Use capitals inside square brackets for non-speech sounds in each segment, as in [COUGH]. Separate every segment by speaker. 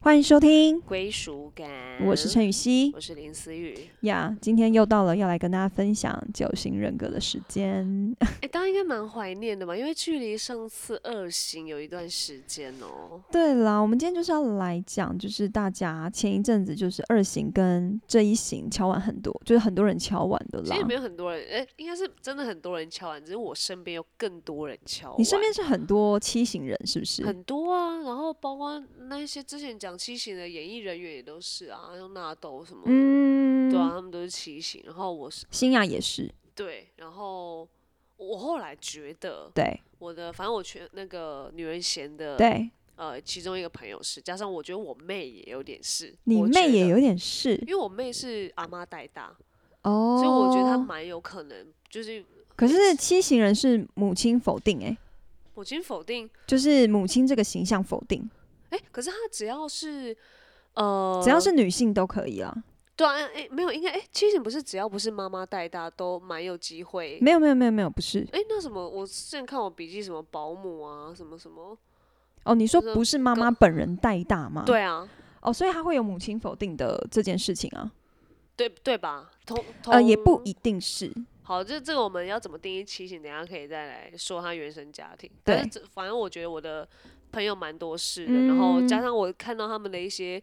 Speaker 1: 欢迎收听，
Speaker 2: 归属感。
Speaker 1: 我是陈雨希
Speaker 2: 我是林思雨。
Speaker 1: 呀。今天又到了要来跟大家分享九型人格的时间。 [LAUGHS]
Speaker 2: 哎、大家应该蛮怀念的吧？因为距离上次二型有一段时间哦。
Speaker 1: 对啦，我们今天就是要来讲，就是大家前一阵子就是二型跟这一型敲碗很多，就是很多人敲碗的
Speaker 2: 其
Speaker 1: 啦
Speaker 2: 实也。没有很多人，哎、应该是真的很多人敲完，只是我身边有更多人敲完。
Speaker 1: 你身边是很多七型人是不是？
Speaker 2: 很多啊，然后包括那一些之前讲七型的演艺人员也都是啊，像纳豆什么，
Speaker 1: 嗯
Speaker 2: 对啊，，他们都是七型。然后我是
Speaker 1: 新雅也是，
Speaker 2: 对，然后我后来觉得
Speaker 1: 对
Speaker 2: 我的，反正我全那个女人嫌的
Speaker 1: 对，
Speaker 2: 呃，其中一个朋友是，加上我觉得我妹也有点是，
Speaker 1: 你
Speaker 2: 我
Speaker 1: 妹
Speaker 2: 觉
Speaker 1: 也
Speaker 2: 得，
Speaker 1: 有点是
Speaker 2: 因为我妹是阿妈带大，
Speaker 1: 哦，
Speaker 2: 所以我觉得她蛮有可能，就是
Speaker 1: 可是七型人是母亲否定、欸，
Speaker 2: 母亲否定，
Speaker 1: 就是母亲这个形象否定，
Speaker 2: 哎、可是她只要是呃，
Speaker 1: 只要是女性都可以啦。
Speaker 2: 对啊，哎、没有，应该哎，其实不是只要不是妈妈带大，都蛮有机会。
Speaker 1: 没有没有没有没有，不是
Speaker 2: 哎、那什么，我之前看我笔记，什么保姆啊，什么什么，
Speaker 1: 哦，你说
Speaker 2: 就是
Speaker 1: 不是妈妈本人带大吗？
Speaker 2: 对啊，
Speaker 1: 哦，所以他会有母亲否定的这件事情啊，
Speaker 2: 对对吧？同
Speaker 1: 呃，也
Speaker 2: 同
Speaker 1: 不一定是，
Speaker 2: 好，这这个我们要怎么定义七型？等一下可以再来说他原生家庭。但是这反正我觉得我的朋友蛮多事的，然后
Speaker 1: 嗯
Speaker 2: 加上我看到他们的一些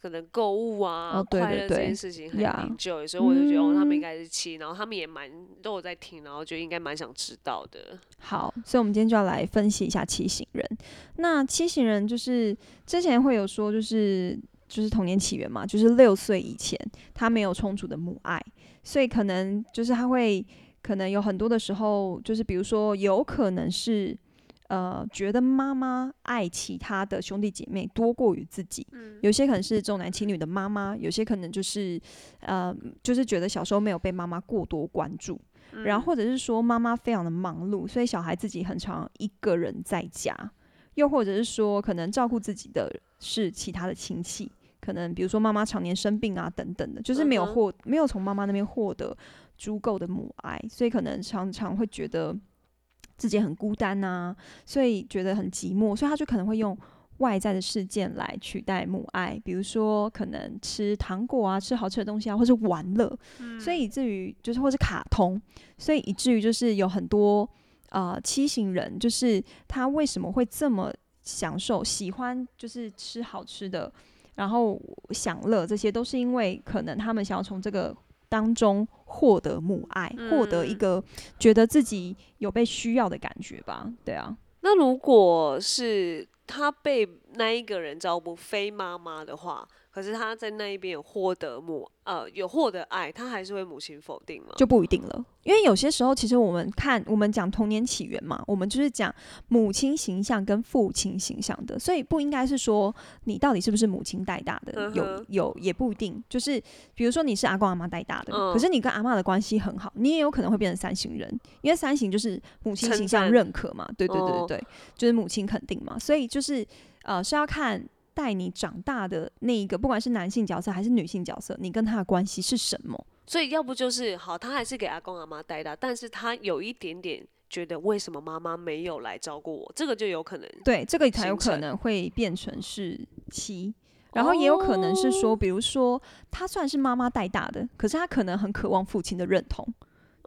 Speaker 2: 可能购物啊、
Speaker 1: 哦对
Speaker 2: 快
Speaker 1: 对
Speaker 2: 乐这
Speaker 1: 对嗯
Speaker 2: 件事情很
Speaker 1: 呀
Speaker 2: enjoy，、所以我就觉得、哦、他们应该是七，然后他们也蛮都有在听，然后就应该蛮想知道的。
Speaker 1: 好，所以我们今天就要来分析一下七型人。那七型人就是之前会有说，就是就是童年起源嘛，就是六岁以前他没有充足的母爱，所以可能就是他会可能有很多的时候，就是比如说有可能是。呃，觉得妈妈爱其他的兄弟姐妹多过于自己，
Speaker 2: 嗯
Speaker 1: 有些可能是重男轻女的妈妈，有些可能就是，呃，就是觉得小时候没有被妈妈过多关注，
Speaker 2: 嗯
Speaker 1: 然后或者是说妈妈非常的忙碌，所以小孩自己很常一个人在家，又或者是说可能照顾自己的是其他的亲戚，可能比如说妈妈常年生病啊等等的，就是没有
Speaker 2: 嗯哼
Speaker 1: 获、没有从妈妈那边获得足够的母爱，所以可能常常会觉得自己很孤单呐、所以觉得很寂寞，所以他就可能会用。外在的事件来取代母爱，比如说可能吃糖果啊、吃好吃的东西啊，或是玩乐，所以以至于就是或是卡通，所以以至于就是有很多呃七型人，就是他为什么会这么享受、喜欢，就是吃好吃的，然后享乐，这些都是因为可能他们想要从这个当中获得母爱，获得一
Speaker 2: 嗯
Speaker 1: 个觉得自己有被需要的感觉吧。对啊，
Speaker 2: 那如果是他被那一个人照顾非妈妈的话，可是他在那一边有获得母呃有获得爱，他还是会母亲否定吗？
Speaker 1: 就不一定了。因为有些时候，其实我们看我们讲童年起源嘛，我们就是讲母亲形象跟父亲形象的，所以不应该是说你到底是不是母亲带大的，
Speaker 2: 嗯
Speaker 1: 有
Speaker 2: 哼
Speaker 1: 有也不一定。就是比如说你是阿公阿妈带大的，
Speaker 2: 嗯
Speaker 1: 可是你跟阿妈的关系很好，你也有可能会变成三型人，因为三型就是母亲
Speaker 2: 称
Speaker 1: 形象
Speaker 2: 赞
Speaker 1: 认可嘛，对对对对
Speaker 2: 哦
Speaker 1: 对，就是母亲肯定嘛，所以就是呃是要看。带你长大的那一个，不管是男性角色还是女性角色，你跟他的关系是什么？
Speaker 2: 所以要不就是好，他还是给阿公阿妈带大，但是他有一点点觉得为什么妈妈没有来照顾我，这个就有可能。
Speaker 1: 对，这个才有
Speaker 2: 形
Speaker 1: 可
Speaker 2: 成
Speaker 1: 能会变成是七，然后也有可能是
Speaker 2: 哦
Speaker 1: 说，比如说他虽然是妈妈带大的，可是他可能很渴望父亲的认同，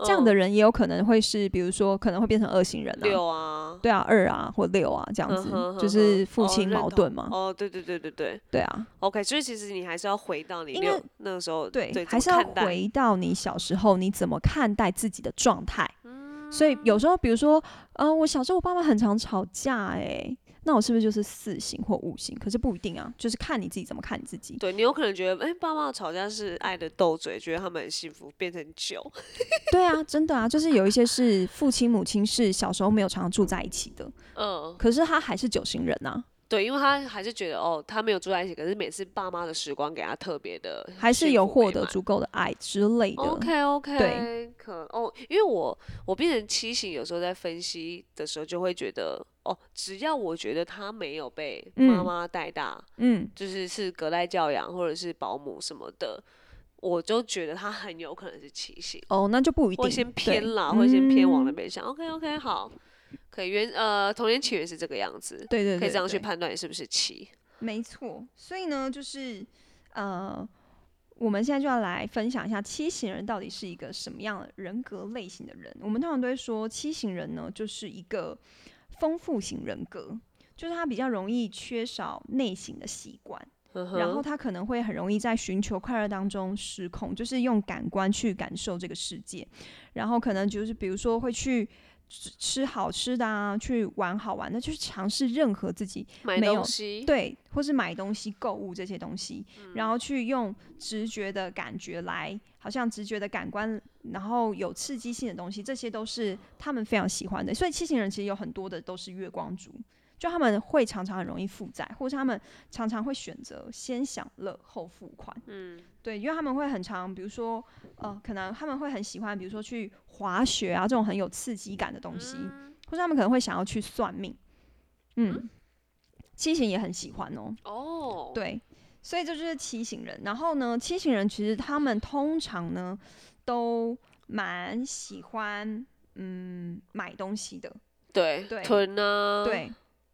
Speaker 1: 这样的
Speaker 2: 人
Speaker 1: 人也有可能会是，比如说可能会变成二型人啊，
Speaker 2: 嗯六啊，
Speaker 1: 对啊，二啊或六啊这样
Speaker 2: 嗯
Speaker 1: 子
Speaker 2: 哼，
Speaker 1: 就
Speaker 2: 哼
Speaker 1: 是
Speaker 2: 哼
Speaker 1: 父
Speaker 2: 哦
Speaker 1: 亲
Speaker 2: 认
Speaker 1: 矛
Speaker 2: 同
Speaker 1: 盾嘛，
Speaker 2: 哦，对对对对对
Speaker 1: 对啊，
Speaker 2: ，OK，所以其实你还是要回到你
Speaker 1: 应该
Speaker 2: 六那个时候，
Speaker 1: 对，
Speaker 2: 对，
Speaker 1: 还
Speaker 2: 怎
Speaker 1: 是
Speaker 2: 么
Speaker 1: 要
Speaker 2: 看待，
Speaker 1: 回到你小时候你怎么看待自己的状态。
Speaker 2: 嗯
Speaker 1: 所以有时候，比如说，呃，我小时候我爸妈很常吵架、欸，那我是不是就是四型或五型？可是不一定啊，就是看你自己怎么看你自己。
Speaker 2: 对你有可能觉得，哎，爸妈吵架是爱的斗嘴，觉得他们很幸福，变成九，
Speaker 1: [LAUGHS] 对啊，真的啊，就是有一些是父亲母亲是小时候没有常常住在一起的，
Speaker 2: 嗯，
Speaker 1: 可是他还是九型人啊，
Speaker 2: 对，因为他还是觉得哦，他没有住在一起，可是每次爸妈的时光给他特别的，
Speaker 1: 还是有获得足够的爱之类的。
Speaker 2: OK OK，
Speaker 1: 对
Speaker 2: 可哦，因为我我变成七型，有时候在分析的时候就会觉得，哦，只要我觉得他没有被妈
Speaker 1: 嗯
Speaker 2: 妈带大，
Speaker 1: 嗯，
Speaker 2: 就是是隔代教养或者是保姆什么的，我就觉得他很有可能是七型，
Speaker 1: 哦，那就不一定。
Speaker 2: 或先偏
Speaker 1: 对嗯
Speaker 2: 啦，或先偏往那边想。OK OK，好，可以原呃童年起源是这个样子，
Speaker 1: 对对对，
Speaker 2: 可以这样去
Speaker 1: 对
Speaker 2: 判断你是不是七。
Speaker 1: 没错，所以呢，就是呃，我们现在就要来分享一下七型人到底是一个什么样的人格类型的人。我们通常都会说，七型人呢就是一个丰富型人格，就是他比较容易缺少内省的习惯，
Speaker 2: 嗯
Speaker 1: 然后
Speaker 2: 哼
Speaker 1: 他可能会很容易在寻求快乐当中失控，就是用感官去感受这个世界，然后可能就是比如说会去。吃吃好吃的啊，去玩好玩的，去尝试任何自己
Speaker 2: 买
Speaker 1: 没有
Speaker 2: 东西，嗯
Speaker 1: 对，或是买东西、购物这些东西，然后去用直觉的感觉来，好像直觉的感官，然后有刺激性的东西，这些都是他们非常喜欢的。所以七型人其实有很多的都是月光族，就他们会常常很容易负债，或是他们常常会选择先享乐后付款。
Speaker 2: 嗯，
Speaker 1: 对，因为他们会很常，比如说，呃，可能他们会很喜欢，比如说去滑雪啊这种很有刺激感的东西，
Speaker 2: 嗯
Speaker 1: 或者他们可能会想要去算命，嗯，七型也很喜欢哦，
Speaker 2: 哦，，
Speaker 1: 对，所以这就是七型人。然后呢，七型人其实他们通常呢都蛮喜欢嗯买东西的，
Speaker 2: 对
Speaker 1: 对
Speaker 2: 囤啊，，
Speaker 1: 对，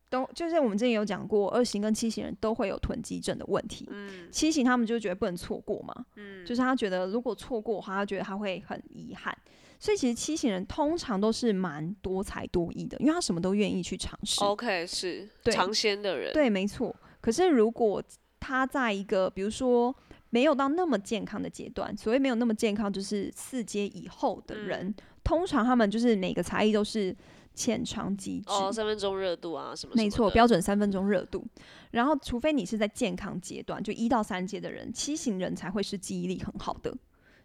Speaker 1: 都就是我们之前有讲过，二型跟七型人都会有囤积症的问题。
Speaker 2: 嗯
Speaker 1: 七型他们就觉得不能错过嘛，
Speaker 2: 嗯，
Speaker 1: 就是他觉得如果错过的话，他觉得他会很遗憾。所以其实七型人通常都是蛮多才多艺的，因为他什么都愿意去尝试。
Speaker 2: OK 是
Speaker 1: 对
Speaker 2: 尝鲜的人，
Speaker 1: 对，没错。可是如果他在一个比如说没有到那么健康的阶段，所谓没有那么健康，就是四阶以后
Speaker 2: 嗯
Speaker 1: 的人，通常他们就是每个才艺都是浅尝即止。
Speaker 2: 哦，三分钟热度啊什么什么的，
Speaker 1: 没错，标准三分钟热度。然后，除非你是在健康阶段，就一到三阶的人，七型人才会是记忆力很好的。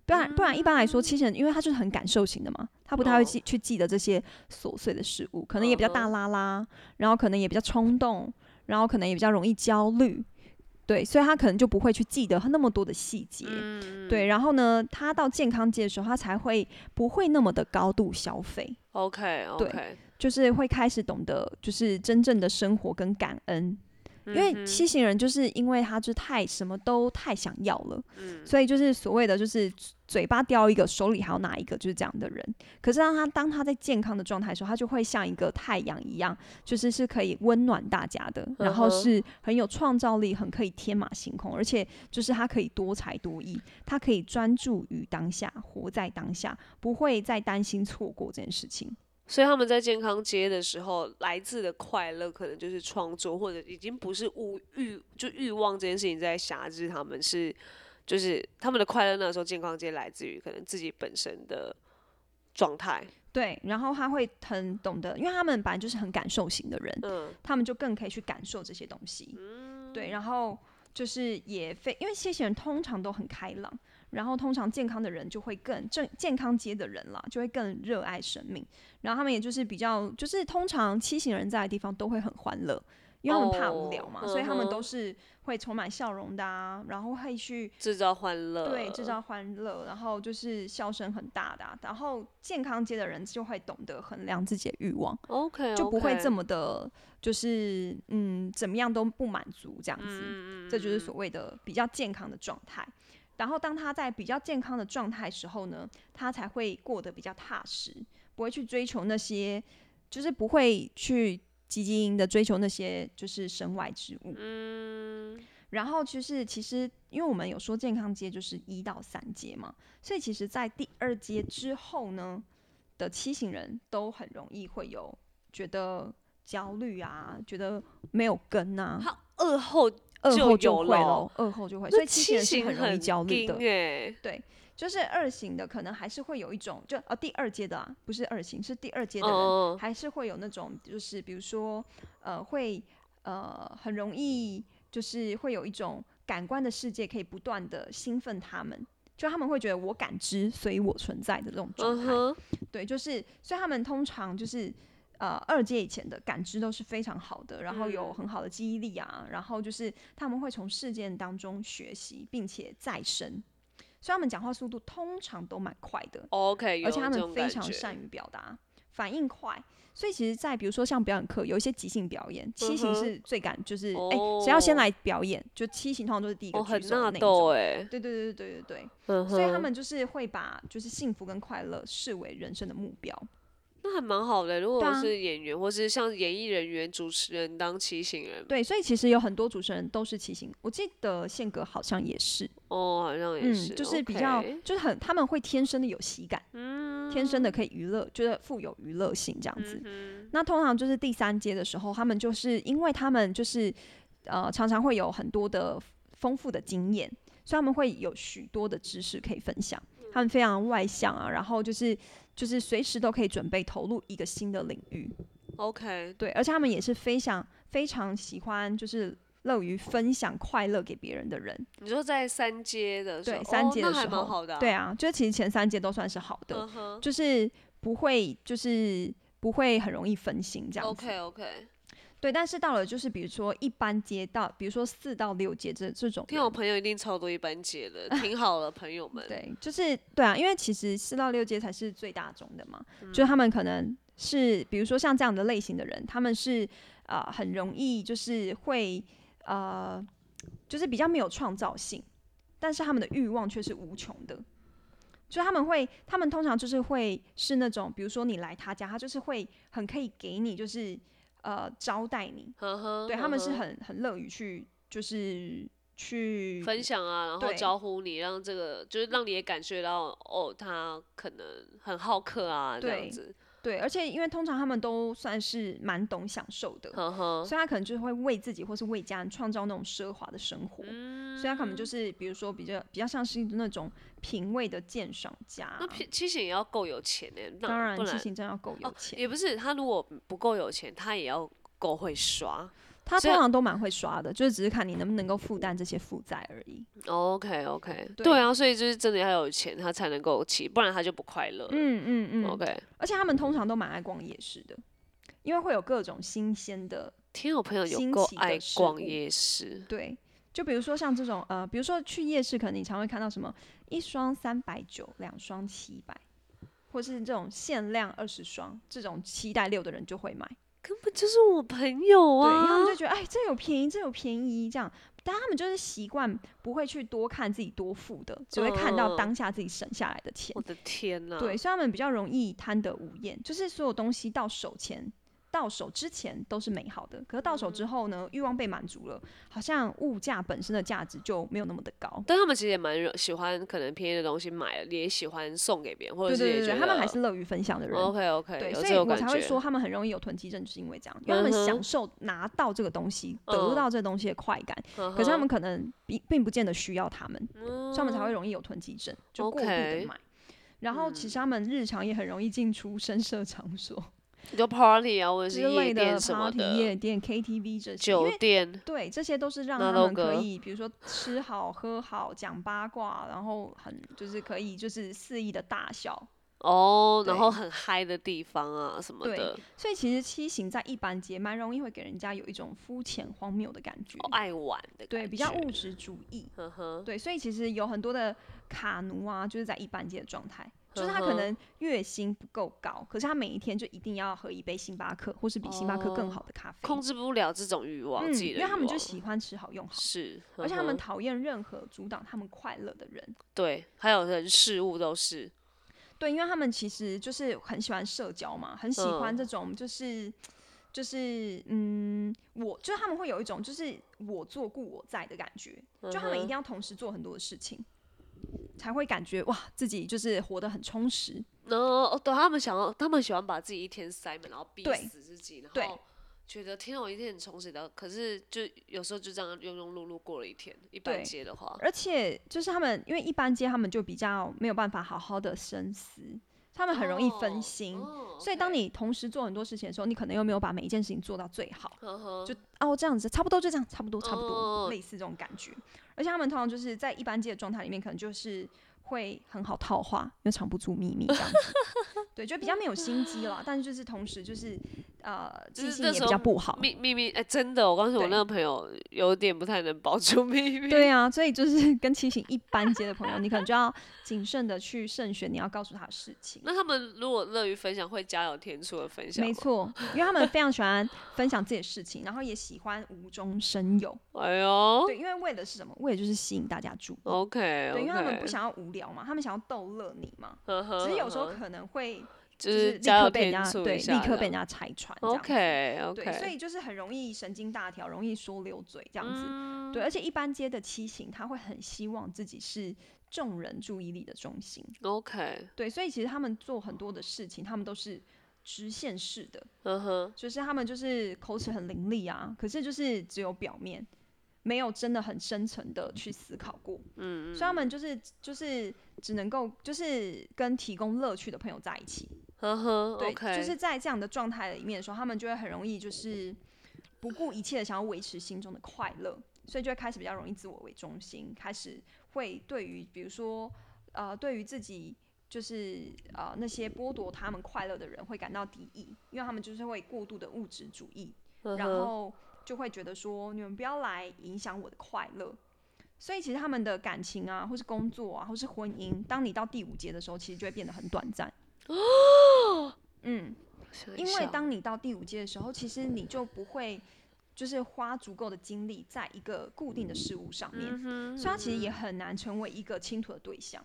Speaker 1: 不然，不然一般来说，七型人因为他就是很感受型的嘛，他不太会
Speaker 2: 嗯哦
Speaker 1: 记、去记得这些琐碎的事物，可能也比较大
Speaker 2: 嗯哼
Speaker 1: 拉拉，然后可能也比较冲动，然后可能也比较容易焦虑。对，所以他可能就不会去记得那么多的细节。
Speaker 2: 嗯，嗯
Speaker 1: 对，然后呢，他到健康界的时候，他才会不会那么的高度消费。
Speaker 2: ，OK
Speaker 1: 对
Speaker 2: OK，
Speaker 1: 就是会开始懂得，就是真正的生活跟感恩。因
Speaker 2: 嗯
Speaker 1: 为七型人就是因为他就太什么都太想要了，
Speaker 2: 嗯
Speaker 1: 所以就是所谓的就是嘴巴叼一个，手里还要拿一个，就是这样的人。可是当他当他在健康的状态的时候，他就会像一个太阳一样，就是是可以温暖大家的，然后
Speaker 2: 嗯哼
Speaker 1: 是很有创造力，很可以天马行空，而且就是他可以多才多艺，他可以专注于当下，活在当下，不会再担心错过这件事情。
Speaker 2: 所以他们在健康街的时候，来自的快乐可能就是创作，或者已经不是物欲，就欲望这件事情在辖制他们是，就是他们的快乐那时候健康街来自于可能自己本身的状态，
Speaker 1: 对，然后他会很懂得，因为他们本来就是很感受型的人，
Speaker 2: 嗯，
Speaker 1: 他们就更可以去感受这些东西。对，然后就是也非，因为这些人通常都很开朗，然后通常健康的人就会更正健康街的人啦，就会更热爱生命。然后他们也就是比较，就是通常七型人在的地方都会很欢乐。因为他们怕无聊嘛
Speaker 2: 哦
Speaker 1: 所以他们
Speaker 2: 嗯哼
Speaker 1: 都是会充满笑容的啊，然后会去
Speaker 2: 制造欢乐，
Speaker 1: 对，制造欢乐，然后就是笑声很大的啊、然后健康街的人就会懂得衡量自己的欲望，
Speaker 2: OK，
Speaker 1: 就不会这
Speaker 2: 么
Speaker 1: 么的，就是嗯，怎么样都不满足这样子，
Speaker 2: 嗯
Speaker 1: 这就是所谓的比较健康的状态。然后当他在比较健康的状态时候呢，他才会过得比较踏实，不会去追求那些，就是不会去积极营的追求那些就是身外之物。
Speaker 2: 嗯，
Speaker 1: 然后就是其实，因为我们有说健康阶就是一到三阶嘛，所以其实，在第二阶之后呢的七型人都很容易会有觉得焦虑啊，觉得没有根啊，
Speaker 2: 他二后
Speaker 1: 二
Speaker 2: 就
Speaker 1: 后
Speaker 2: 有
Speaker 1: 就会
Speaker 2: 咯
Speaker 1: 咯，二后就会，所
Speaker 2: 那
Speaker 1: 以七型
Speaker 2: 七
Speaker 1: 人是
Speaker 2: 型
Speaker 1: 很容易焦虑的
Speaker 2: 硬。欸
Speaker 1: 就是二型的可能还是会有一种，就呃第二阶的啊，不是二型，是第二阶的人，
Speaker 2: 嗯，
Speaker 1: 还是会有那种，就是比如说，呃，会呃很容易，就是会有一种感官的世界可以不断的兴奋他们，就他们会觉得我感知，所以我存在的这种状
Speaker 2: 嗯
Speaker 1: 态。
Speaker 2: 哼，
Speaker 1: 对，就是所以他们通常就是呃二阶以前的感知都是非常好的，然后有
Speaker 2: 嗯
Speaker 1: 很好的记忆力啊，然后就是他们会从事件当中学习，并且再生。所以他们讲话速度通常都蛮快的，
Speaker 2: OK，
Speaker 1: 而
Speaker 2: 有
Speaker 1: 且他
Speaker 2: 这
Speaker 1: 们
Speaker 2: 种
Speaker 1: 非
Speaker 2: 感
Speaker 1: 常
Speaker 2: 觉
Speaker 1: 善于表达，反应快。所以其实，在比如说像表演课，有一些即兴表演，七型
Speaker 2: 嗯哼
Speaker 1: 是最敢，就是哎，谁、要先
Speaker 2: 哦
Speaker 1: 来表演，就七型通常都是第一个
Speaker 2: 哦，
Speaker 1: 举
Speaker 2: 很
Speaker 1: 手
Speaker 2: 纳
Speaker 1: 的那一种
Speaker 2: 豆。哎，
Speaker 1: 对对对对对对，
Speaker 2: 嗯
Speaker 1: 所以他
Speaker 2: 哼
Speaker 1: 们就是会把就是幸福跟快乐视为人生的目标。
Speaker 2: 那还蛮好的。如
Speaker 1: 对
Speaker 2: 果
Speaker 1: 啊
Speaker 2: 是演员，或是像演艺人员、主持人当骑行人，
Speaker 1: 对，所以其实有很多主持人都是骑行，我记得宪哥好像也是，
Speaker 2: 哦，好像也是，
Speaker 1: 嗯，就是比较
Speaker 2: OK
Speaker 1: 就是很他们会天生的有喜感，
Speaker 2: 嗯
Speaker 1: 天生的可以娱乐，就是富有娱乐性这样子。
Speaker 2: 嗯
Speaker 1: 那通常就是第三阶的时候，他们就是因为他们就是呃常常会有很多的丰富的经验，所以他们会有许多的知识可以分享。
Speaker 2: 嗯
Speaker 1: 他们非常外向啊，然后就是就是随时都可以准备投入一个新的领域，
Speaker 2: OK，
Speaker 1: 对，而且他们也是非常非常喜欢就是。乐于分享快乐给别人的人，
Speaker 2: 你说在三阶的时候，
Speaker 1: 对三
Speaker 2: 哦
Speaker 1: 阶
Speaker 2: 那
Speaker 1: 的时
Speaker 2: 还
Speaker 1: 候，
Speaker 2: 蛮好的啊，
Speaker 1: 对啊，就其实前三阶都算是好的，
Speaker 2: 嗯哼
Speaker 1: 就是不会就是不会很容易分心这样子。
Speaker 2: ，OK OK。
Speaker 1: 对，但是到了就是比如说一般街道，比如说四到六街这这种
Speaker 2: 听
Speaker 1: 人
Speaker 2: 我朋友一定超多一般节的，挺好的，朋友们。
Speaker 1: 对，就是对啊，因为其实四到六街才是最大众的嘛，
Speaker 2: 嗯
Speaker 1: 就是他们可能是比如说像这样的类型的人，他们是呃很容易就是会呃就是比较没有创造性，但是他们的欲望却是无穷的。就他们会，他们通常就是会是那种，比如说你来他家，他就是会很可以给你，就是呃招待你，
Speaker 2: 呵呵，
Speaker 1: 对，
Speaker 2: 呵
Speaker 1: 他们是
Speaker 2: 呵
Speaker 1: 很很乐于去，就是去
Speaker 2: 分享啊，然后
Speaker 1: 对
Speaker 2: 招呼你，让这个就是让你也感觉到哦，他可能很好客啊，这
Speaker 1: 对
Speaker 2: 样子。
Speaker 1: 对，而且因为通常他们都算是蛮懂享受的，
Speaker 2: 呵呵，
Speaker 1: 所以他可能就会为自己或是为家人创造那种奢华的生活，
Speaker 2: 嗯
Speaker 1: 所以他可能就是比如说比较比较像是那种品味的鉴赏家
Speaker 2: 那。其其实也要够有钱呢、那
Speaker 1: 啊当然
Speaker 2: 不，
Speaker 1: 七
Speaker 2: 然哦
Speaker 1: 星真要够有钱，
Speaker 2: 也不是他如果不够有钱，他也要够会刷。
Speaker 1: 他
Speaker 2: 所以
Speaker 1: 通常都蛮会刷的，就是只是看你能不能够负担这些负债而已。
Speaker 2: OK OK，
Speaker 1: 对
Speaker 2: 对啊，所以就是真的要有钱，他才能够骑，不然他就不快乐了。
Speaker 1: 嗯嗯嗯
Speaker 2: 呃 OK，
Speaker 1: 而且他们通常都蛮爱逛夜市的，因为会有各种新鲜的
Speaker 2: 听我朋友
Speaker 1: 新
Speaker 2: 有够
Speaker 1: 奇的
Speaker 2: 爱
Speaker 1: 事物
Speaker 2: 逛夜市，
Speaker 1: 对，就比如说像这种呃，比如说去夜市，可能你常会看到什么一双三百九，两双七百，或是这种限量二十双，这种七带六的人就会买，
Speaker 2: 根本就是我朋友
Speaker 1: 对，因为他们
Speaker 2: 啊
Speaker 1: 就。觉得哎，这有便宜，这有便宜这样，但他们就是习惯不会去多看自己多付的，只会看
Speaker 2: 嗯嗯
Speaker 1: 到
Speaker 2: 嗯
Speaker 1: 当下自己省下来的钱
Speaker 2: 我，的天呐、
Speaker 1: 对，所以他们比较容易贪得无厌，就是所有东西到手前。到手之前都是美好的，可是到手
Speaker 2: 嗯
Speaker 1: 之后呢，欲望被满足了，好像物价本身的价值就没有那么的高。
Speaker 2: 但他们其实也蛮热喜欢，可能便宜的东西买了，也喜欢送给别人，或
Speaker 1: 对
Speaker 2: 者是也
Speaker 1: 对
Speaker 2: 觉
Speaker 1: 对
Speaker 2: 得
Speaker 1: 对，他们还是乐于分享的人。
Speaker 2: OK OK，
Speaker 1: 对，
Speaker 2: 有
Speaker 1: 所
Speaker 2: 这
Speaker 1: 以
Speaker 2: 种
Speaker 1: 我
Speaker 2: 感
Speaker 1: 才
Speaker 2: 觉。
Speaker 1: 会说他们很容易有囤积症，就是因为这样，因为他们
Speaker 2: 嗯哼
Speaker 1: 享受拿到这个东西、得
Speaker 2: 嗯
Speaker 1: 到这个东西的快感，
Speaker 2: 呵呵
Speaker 1: 可是他们可能并并不见得需要他们，所以他们才会容易有囤积症，就过度的
Speaker 2: 嗯 OK 嗯
Speaker 1: 买。然后其实他们日常也很容易进出声色场所
Speaker 2: 你就 party 啊，或者
Speaker 1: 之
Speaker 2: 是夜
Speaker 1: 类
Speaker 2: 店什么
Speaker 1: party
Speaker 2: 的，
Speaker 1: 夜店、KTV 这些，因
Speaker 2: 酒
Speaker 1: 为
Speaker 2: 店
Speaker 1: 对这些都是让
Speaker 2: 那
Speaker 1: 他
Speaker 2: 都
Speaker 1: 们可
Speaker 2: 哥
Speaker 1: 以，比如说吃好、喝好、讲八卦，然后很就是可以就是肆意的大笑，
Speaker 2: 哦，然
Speaker 1: 对
Speaker 2: 后很嗨的地方啊什么
Speaker 1: 对
Speaker 2: 的，
Speaker 1: 所以其实七型在一般街蛮容易会给人家有一种肤浅荒谬的感觉，
Speaker 2: 哦爱玩的感
Speaker 1: 对，
Speaker 2: 觉，
Speaker 1: 比较物质主义。
Speaker 2: 呵呵，
Speaker 1: 对，所以其实有很多的卡奴啊，就是在一般街的状态，就是他
Speaker 2: 呵
Speaker 1: 可
Speaker 2: 呵
Speaker 1: 能月薪不够高，可是他每一天就一定要喝一杯星巴克，或是比星巴克更
Speaker 2: 哦
Speaker 1: 好的咖啡。
Speaker 2: 控制不了这种欲望，
Speaker 1: 嗯，
Speaker 2: 自己
Speaker 1: 因
Speaker 2: 的
Speaker 1: 为他们
Speaker 2: 欲
Speaker 1: 就
Speaker 2: 望
Speaker 1: 喜欢吃好用好，
Speaker 2: 是，呵
Speaker 1: 而且他们
Speaker 2: 呵
Speaker 1: 讨厌任何阻挡他们快乐的人。
Speaker 2: 对，还有人事物都是，
Speaker 1: 对，因为他们其实就是很喜欢社交嘛，很喜欢这
Speaker 2: 嗯
Speaker 1: 种就是、就是嗯，我就是他们会有一种就是我做故我在的感觉，
Speaker 2: 嗯
Speaker 1: 就他们一定要同时做很多的事情，才会感觉哇自己就是活得很充实。
Speaker 2: 然后哦对他们想要，他们喜欢把自己一天塞满，然后逼
Speaker 1: 对
Speaker 2: 死自己，
Speaker 1: 对
Speaker 2: 然后觉得天啊，我一天很充实的，可是就有时候就这样庸庸碌碌过了一天。一般
Speaker 1: 对
Speaker 2: 街的话，
Speaker 1: 而且就是他们因为一般街他们就比较没有办法好好的深思，他们很容易分
Speaker 2: 哦
Speaker 1: 心。
Speaker 2: 哦
Speaker 1: 所以，当
Speaker 2: OK
Speaker 1: 你同时做很多事情的时候，你可能又没有把每一件事情做到最好，
Speaker 2: 呵呵
Speaker 1: 就哦这样子，差不多就这样，差不多差不
Speaker 2: 哦
Speaker 1: 多，类似这种感觉。而且他们通常就是在一般界的状态里面，可能就是会很好套话，因为藏不住秘密这样子。
Speaker 2: [LAUGHS]
Speaker 1: 对，就比较没有心机啦，但是就是同时就是呃，
Speaker 2: 就是
Speaker 1: 记性
Speaker 2: 那
Speaker 1: 也
Speaker 2: 时
Speaker 1: 比
Speaker 2: 候
Speaker 1: 较不好。
Speaker 2: 秘秘密哎、真的，我告诉我
Speaker 1: 对
Speaker 2: 那个朋友有点不太能保住 [LAUGHS] 秘密。
Speaker 1: 对啊，所以就是跟七醒一般接的朋友，你可能就要谨慎的去慎选你要告诉他的事情。
Speaker 2: 那他们如果乐于分享，会加有天助的分享吗
Speaker 1: 没，错，因为他们非常喜欢分享自己的事情，然后也喜欢无中生有。
Speaker 2: 哎呦
Speaker 1: 对，因为为的是什么？为的就是吸引大家注意。
Speaker 2: ，OK，
Speaker 1: 对，因为他们不想要无聊嘛，他们想要逗乐你嘛。
Speaker 2: 呵呵
Speaker 1: 只是有时候
Speaker 2: 呵
Speaker 1: 可能会
Speaker 2: 嗯就
Speaker 1: 就是立
Speaker 2: 加
Speaker 1: 刻
Speaker 2: 油
Speaker 1: 被人
Speaker 2: 添
Speaker 1: 家
Speaker 2: 醋
Speaker 1: 对
Speaker 2: 一下
Speaker 1: 立刻被人
Speaker 2: 这
Speaker 1: 家
Speaker 2: 样。
Speaker 1: 拆穿这样子。
Speaker 2: OK
Speaker 1: 对，所
Speaker 2: OK，
Speaker 1: 以就是很容易神经大条，容易说溜嘴这
Speaker 2: 这
Speaker 1: 样子。对，
Speaker 2: 嗯
Speaker 1: 而且一般接的七型，他会很希望自己是众人注意力的中心。
Speaker 2: OK，
Speaker 1: 对，所以其实他们做很多的事情，他们都是直线式的，
Speaker 2: 嗯哼，
Speaker 1: 就是他们就是口齿很伶俐啊，可是就是只有表面，没有真的很深层的去思考过。
Speaker 2: 嗯，
Speaker 1: 所以他们就是就是只能够就是跟提供乐趣的朋友在一起。
Speaker 2: 嗯哼
Speaker 1: 对
Speaker 2: ，OK，
Speaker 1: 就是在这样的状态里面的时候，他们就会很容易就是不顾一切的想要维持心中的快乐，所以就会开始比较容易自我为中心，开始会对于比如说呃对于自己。就是呃，那些剥夺他们快乐的人会感到敌意，因为他们就是会过度的物质主义，
Speaker 2: 嗯
Speaker 1: 然
Speaker 2: 哼
Speaker 1: 后就会觉得说你们不要来影响我的快乐。所以其实他们的感情啊，或是工作啊，或是婚姻，当你到第五节的时候，其实就会变得很短
Speaker 2: [GASPS]
Speaker 1: 暂。嗯，
Speaker 2: 想一
Speaker 1: 因为
Speaker 2: 想嗯
Speaker 1: 当你到第五届的时候，其实你就不会就是花足够的精力在一个固定的事物上
Speaker 2: 嗯
Speaker 1: 面，所以它其实也很难成为一个倾吐的对象。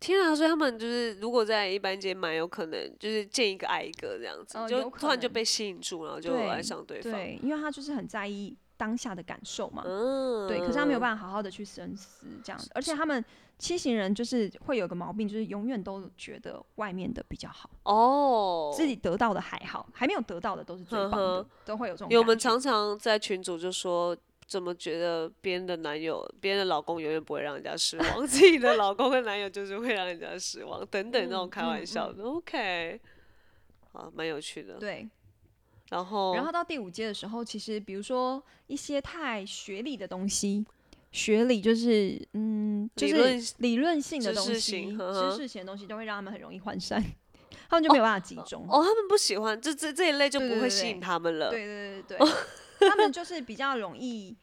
Speaker 2: 天啊，所以他们就是如果在一般街买，有可能就是见一个爱一个这样子，
Speaker 1: 呃有
Speaker 2: 就
Speaker 1: 可
Speaker 2: 突然就
Speaker 1: 能
Speaker 2: 被吸引住，然后就
Speaker 1: 对
Speaker 2: 爱上对方。
Speaker 1: 对，因为他就是很在意当下的感受嘛。
Speaker 2: 嗯，
Speaker 1: 对，可是他没有办法好好的去深思这样子，而且他们七型人就是会有个毛病，就是永远都觉得外面的比较好，
Speaker 2: 法哦。
Speaker 1: 自己得到的还好，还没有得到的都是最棒的，
Speaker 2: 呵呵
Speaker 1: 都会有这种感
Speaker 2: 因
Speaker 1: 觉。
Speaker 2: 为我们常常在群组就说，怎么觉得别人的男友、别人的老公永远不会让人家失望， [LAUGHS] 自己的老公跟男友就是会让人家失望，等等
Speaker 1: 嗯
Speaker 2: 那种开玩笑的。OK，啊，蛮有趣的。
Speaker 1: 对，
Speaker 2: 然后，
Speaker 1: 然后到第五阶的时候，其实比如说一些太学历的东西，学理就是嗯，就
Speaker 2: 理
Speaker 1: 是
Speaker 2: 论
Speaker 1: 理论性的
Speaker 2: 知
Speaker 1: 东
Speaker 2: 识
Speaker 1: 西、
Speaker 2: 型呵
Speaker 1: 知
Speaker 2: 呵
Speaker 1: 识型的东西，都会让他们很容易涣散， [LAUGHS] 他们就没有办法集中。
Speaker 2: 哦，他们不喜欢，这这这一类就
Speaker 1: 对
Speaker 2: 不
Speaker 1: 对
Speaker 2: 会
Speaker 1: 对
Speaker 2: 吸
Speaker 1: 对
Speaker 2: 引他们了。
Speaker 1: 对对对对
Speaker 2: 哦
Speaker 1: 对，
Speaker 2: [LAUGHS]
Speaker 1: 他们就是比较容易。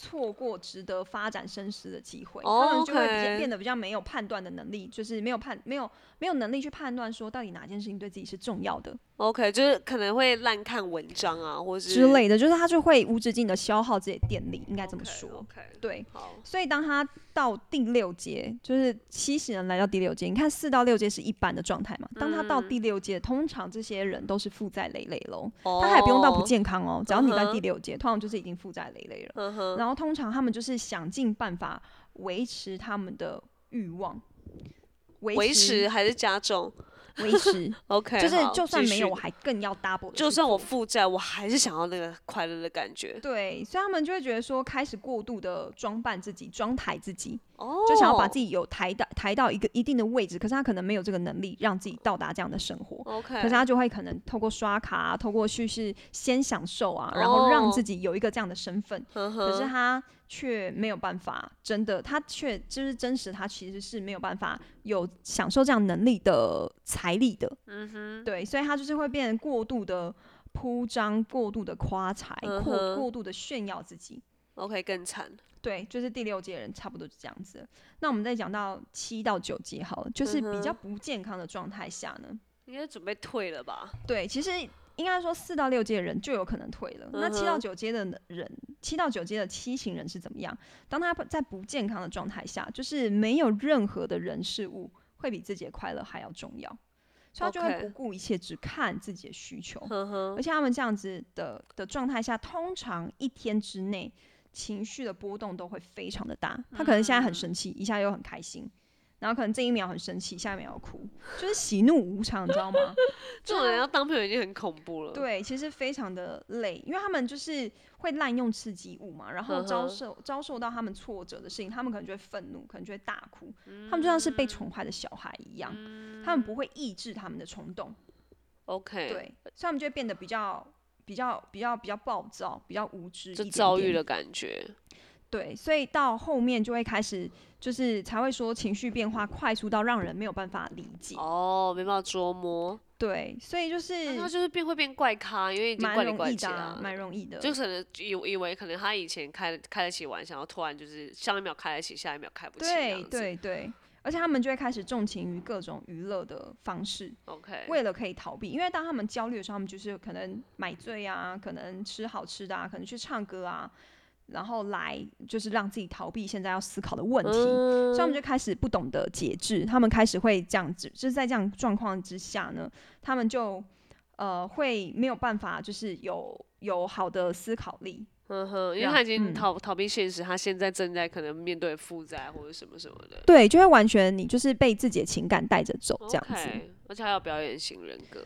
Speaker 1: 错过值得发展深思的机会
Speaker 2: 哦
Speaker 1: 他们就会比较
Speaker 2: OK
Speaker 1: 变得比较没有判断的能力，就是没有判没有没有能力去判断说到底哪件事情对自己是重要的
Speaker 2: OK，就是可能会滥看文章啊，或是
Speaker 1: 之类的，就是他就会无止境的消耗自己的电力，应该这么说。
Speaker 2: OK，, 哦 o
Speaker 1: 对，
Speaker 2: k 好，
Speaker 1: 所以当他到第六阶，就是七型人来到第六阶，你看四到六阶是一般的状态嘛？当他
Speaker 2: 嗯
Speaker 1: 到第六阶，通常这些人都是负债累累喽，他还不用到不
Speaker 2: 哦，
Speaker 1: 健康哦，只要你在
Speaker 2: 嗯哼
Speaker 1: 第六阶，通常就是已经负债累累了。
Speaker 2: 嗯哼，
Speaker 1: 然后通常他们就是想尽办法维持他们的欲望，
Speaker 2: 维
Speaker 1: 维
Speaker 2: 持
Speaker 1: 持
Speaker 2: 还是加重
Speaker 1: 维
Speaker 2: [LAUGHS]
Speaker 1: 持，
Speaker 2: ，OK，
Speaker 1: 就是
Speaker 2: 好
Speaker 1: 就算
Speaker 2: 继
Speaker 1: 没
Speaker 2: 续
Speaker 1: 有，我还更要 double，的
Speaker 2: 就
Speaker 1: 去
Speaker 2: 算
Speaker 1: 做
Speaker 2: 我负债，我还是想要那个快乐的感觉，
Speaker 1: 对，所以他们就会觉得说，开始过度的装扮自己，装抬自己，
Speaker 2: 哦，
Speaker 1: 就想要把自己有抬到抬到一个一定的位置，可是他可能没有这个能力让自己到达这样的生活，
Speaker 2: OK，
Speaker 1: 可是他就会可能透过刷卡、啊，透过去是先享受啊，然后让
Speaker 2: 哦
Speaker 1: 自己有一个这样的身份，
Speaker 2: 嗯
Speaker 1: 可是
Speaker 2: 哼
Speaker 1: 他却没有办法，真的，他却就是真实，他其实是没有办法有享受这样能力的财力的，
Speaker 2: 嗯哼，
Speaker 1: 对，所以他就是会变得过度的铺张，过度的夸财，
Speaker 2: 嗯
Speaker 1: 过
Speaker 2: 哼
Speaker 1: 过度的炫耀自己，
Speaker 2: ，OK 更惨，
Speaker 1: 对，就是第六届人差不多是这样子。那我们再讲到七到九届好了，就是
Speaker 2: 嗯
Speaker 1: 比较不健康的状态下呢，
Speaker 2: 应该准备退了吧？
Speaker 1: 对，其实应该说四到六届人就有可能退了。那七到
Speaker 2: 嗯哼
Speaker 1: 九届的人，七到九届的七型人是怎么样？当他在不健康的状态下，就是没有任何的人事物会比自己的快乐还要重要，所以他就会
Speaker 2: OK
Speaker 1: 不顾一切，只看自己的需求。
Speaker 2: 嗯哼
Speaker 1: 而且他们这样子的的状态下，通常一天之内情绪的波动都会非常的大。他可能现在
Speaker 2: 嗯
Speaker 1: 很生气，一下又很开心，然后可能这一秒很生气，下一秒要哭，就是喜怒无常，你知道吗？
Speaker 2: 这种人要当朋友已经很恐怖了，，
Speaker 1: 啊对，啊其实非常的累，因为他们就是会滥用刺激物嘛，然后
Speaker 2: 呵呵
Speaker 1: 遭受遭受到他们挫折的事情，他们可能就会愤怒，可能就会大哭，
Speaker 2: 嗯
Speaker 1: 他们就像是被宠坏的小孩一样，他们不会抑制他们的冲动。
Speaker 2: ，OK，，
Speaker 1: 对，所以他们就会变得比较、比较、比较、比较暴躁，比较无知一
Speaker 2: 就
Speaker 1: 点
Speaker 2: 遭
Speaker 1: 点
Speaker 2: 遇。的感觉，
Speaker 1: 对，所以到后面就会开始，就是才会说情绪变化快速到让人没有办法理解。
Speaker 2: 哦，没办法捉摸，啊
Speaker 1: 对，所以就是
Speaker 2: 那他就是变会变怪咖，因为已经怪
Speaker 1: 蛮
Speaker 2: 里
Speaker 1: 容
Speaker 2: 怪
Speaker 1: 易
Speaker 2: 气
Speaker 1: 的啊、
Speaker 2: 啊，
Speaker 1: 蛮容易的。
Speaker 2: 就可能以以为可能他以前开开得起玩笑，然后突然就是上一秒开得起，下一秒开不起这样
Speaker 1: 对
Speaker 2: 子。
Speaker 1: 对对，而且他们就会开始重情于各种娱乐的方式，
Speaker 2: ，OK，
Speaker 1: 为了可以逃避。因为当他们焦虑的时候，他们就是可能买醉啊，可能吃好吃的啊，可能去唱歌啊。然后来就是让自己逃避现在要思考的问题，
Speaker 2: 嗯
Speaker 1: 所以他们就开始不懂得节制，他们开始会这样子，就是在这样状况之下呢，他们就呃会没有办法，就是有有好的思考力，
Speaker 2: 嗯哼，因为
Speaker 1: 让
Speaker 2: 他已经
Speaker 1: 嗯
Speaker 2: 逃、逃避现实，他现在正在可能面对负债或者什么什么的，
Speaker 1: 对，就会完全你就是被自己的情感带着走这样子。
Speaker 2: OK，而且还有表演型人格，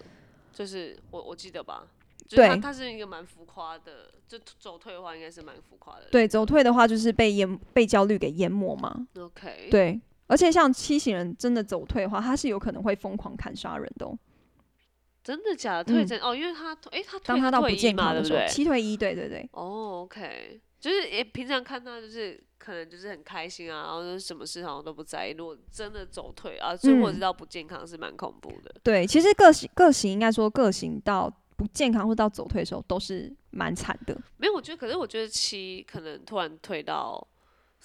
Speaker 2: 就是我我记得吧，就是
Speaker 1: 对
Speaker 2: 他他是一个蛮浮夸的，就走退的话应该是蛮浮夸的人。
Speaker 1: 对，走退的话就是被淹被焦虑给淹没嘛。
Speaker 2: ，OK，，
Speaker 1: 对，而且像七型人真的走退的话，他是有可能会疯狂砍杀人的、哦。
Speaker 2: 真的假的？退
Speaker 1: 嗯
Speaker 2: 真、哦，因为他哎、他退
Speaker 1: 当他到不
Speaker 2: 退役
Speaker 1: 健
Speaker 2: 嘛
Speaker 1: 康的
Speaker 2: 对不
Speaker 1: 时候
Speaker 2: 对，？
Speaker 1: 七退一，对对对，
Speaker 2: 哦，OK，就是也平常看他就是可能就是很开心啊，然后就是什么事好像都不在意。如果真的走退啊，所以我
Speaker 1: 嗯
Speaker 2: 知道不健康是蛮恐怖的。
Speaker 1: 对，其实个性个型应该说个型到不健康或到走退的时候都是蛮惨的。
Speaker 2: 没有，我觉得，可是我觉得七可能突然退到，